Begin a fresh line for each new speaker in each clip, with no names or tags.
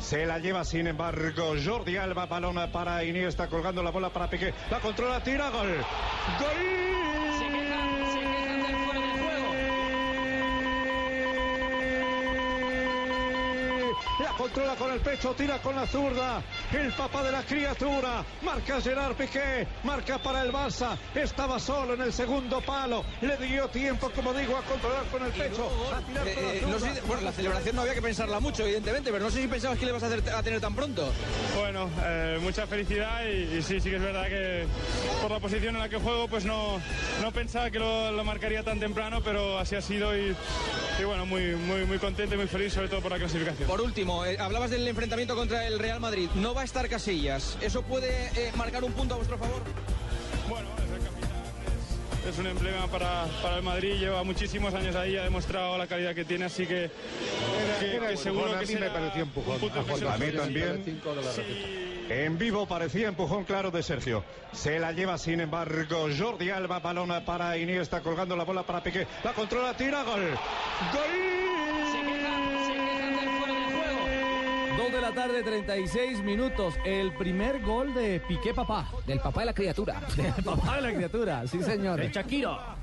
Se la lleva sin embargo Jordi Alba, balona para Iniesta, colgando la bola para Piqué, la controla, tira, gol. ¡Gol!
Se quejan, se quejan del fuera de juego.
La controla con el pecho, tira con la zurda. El papá de la criatura. Marca Gerard Piqué. Marca para el Barça. Estaba solo en el segundo palo. Le dio tiempo, como digo, a controlar con el pecho. A tirar con la
Eh, no sé
zurda.
si- bueno, la celebración no había que pensarla mucho, evidentemente, pero no sé si pensabas que le vas a, hacer- a tener tan pronto.
Bueno, eh, mucha felicidad y, y sí, sí que es verdad que por la posición en la que juego pues no, no pensaba que lo, lo marcaría tan temprano, pero así ha sido y, y bueno, muy, muy, muy contento y muy feliz sobre todo por la clasificación.
Por último, eh, hablabas del enfrentamiento contra el Real Madrid. No va a estar Casillas. ¿Eso puede eh, marcar un punto a vuestro favor?
Bueno, es el capitán, es, es un emblema para, para el Madrid, lleva muchísimos años ahí y ha demostrado la calidad que tiene, así que, que- que seguro
empujón, a
que
mí me
será
pareció
un
empujón,
punto
a Juan,
impresionante.
a mí también. En vivo parecía empujón claro de Sergio. Se la lleva sin embargo Jordi Alba, balona para Iniesta, colgando la bola para Piqué. La controla, tira, gol. ¡Gol!
Se quejan, se quejan del fuera de juego.
2 de la tarde, 36 minutos. El primer gol de Piqué Papá.
Del papá de la criatura.
Del papá de la criatura, sí señor.
Shakira.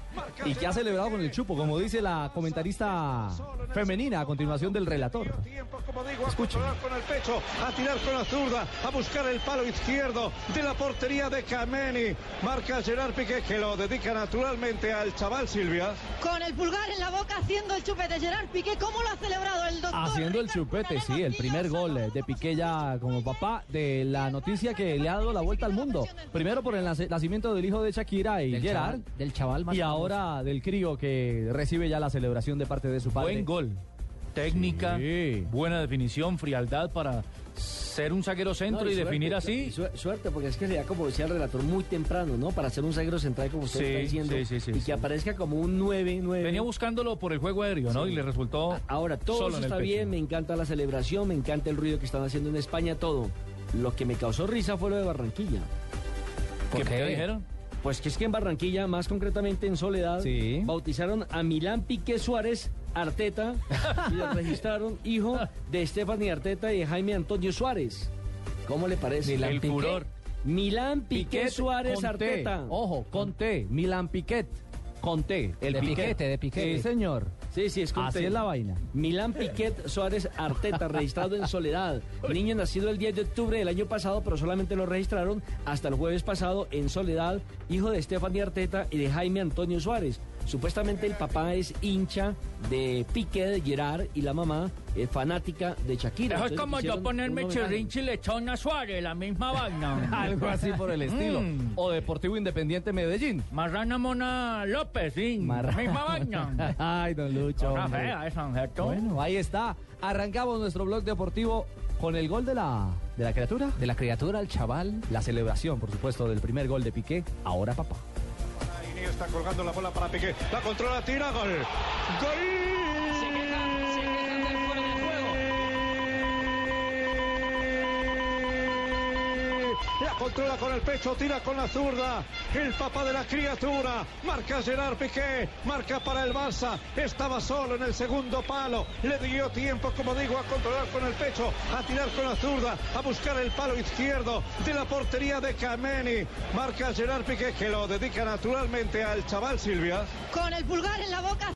Y que ha celebrado con el chupo, como dice la comentarista femenina a continuación del relator.
Tiempo, como digo, a controlar con el pecho, a tirar con la zurda, a buscar el palo izquierdo de la portería de Kameni. Marca Gerard Piqué que lo dedica naturalmente al chaval Silvia.
Con el pulgar en la boca haciendo el chupete Gerard Piqué, ¿cómo lo ha celebrado el doctor?
Haciendo el
Ricardo
chupete,
Canelo
sí, el
Gil
primer
Lozano?
gol eh, de Piqué ya como papá de la noticia que le ha dado la vuelta al mundo. Primero por el nace- nacimiento del hijo de Shakira y
Del
Gerard.
chaval- del chaval más
Y
famoso.
ahora del crío que recibe ya la celebración de parte de su padre.
Buen gol. Técnica,
Sí.
buena definición, frialdad para ser un zaguero centro
No,
y,
suerte,
definir
su-
así.
su- Suerte, porque es que sería como decía el relator muy temprano, ¿no? Para ser un zaguero central, como usted
Sí,
está diciendo.
sí, sí, sí,
y que
sí.
aparezca como un 9, 9.
Venía buscándolo por el juego aéreo, ¿no? Y le resultó.
Ahora, todo
solo
eso
en el
está
pecho.
bien, me encanta la celebración, me encanta el ruido que están haciendo en España, todo. Lo que me causó risa fue lo de Barranquilla.
¿Qué, qué dijeron?
Pues que es que en Barranquilla, más concretamente en Soledad,
Sí.
bautizaron a Milán Piqué Suárez Arteta y lo registraron hijo de Stephanie Arteta y de Jaime Antonio Suárez. ¿Cómo le parece?
Milán El Piqué. furor.
Milán Piqué,
Piquet
Suárez
con T.
Arteta.
Ojo, con T. Milan Piquet. Con T. El
De
Piquet.
piquete, de piquete.
Sí, señor.
Sí, sí, es con
Así
T.
es la vaina.
Milán Piquet Suárez Arteta, registrado en Soledad. Niño nacido el 10 de octubre del año pasado, pero solamente lo registraron hasta el jueves pasado en Soledad, hijo de Stephanie Arteta y de Jaime Antonio Suárez. Supuestamente el papá es hincha de Piqué de Gerard y la mamá es fanática de Shakira.
Eso es
Entonces
como yo
hicieron
ponerme
un homenaje.
chirrinchi y lechón a Suárez, la misma vaina.
Algo así por el estilo.
Mm.
O Deportivo Independiente Medellín.
Marrana Mona López, sí.
Marra-
Misma vaina.
Ay, don Lucho.
Una
hombre.
fea esa, ¿cierto?
Bueno, ahí está. Arrancamos nuestro blog deportivo con el gol de la, de la criatura.
De la criatura al chaval.
La celebración, por supuesto, del primer gol de Piqué. Ahora papá.
Iniesta colgando la bola para Piqué, la controla, tira, gol. ¡Gol!
Se quejan, se quejan del fuera de juego.
La controla con el pecho, tira con la zurda. El papá de la criatura. Marca Gerard Piqué. Marca para el Barça. Estaba solo en el segundo palo. Le dio tiempo, como digo, a controlar con el pecho. A tirar con la zurda. A buscar el palo izquierdo de la portería de Kameni. Marca Gerard Piqué que lo dedica naturalmente al chaval Silvia.
Con el pulgar en la boca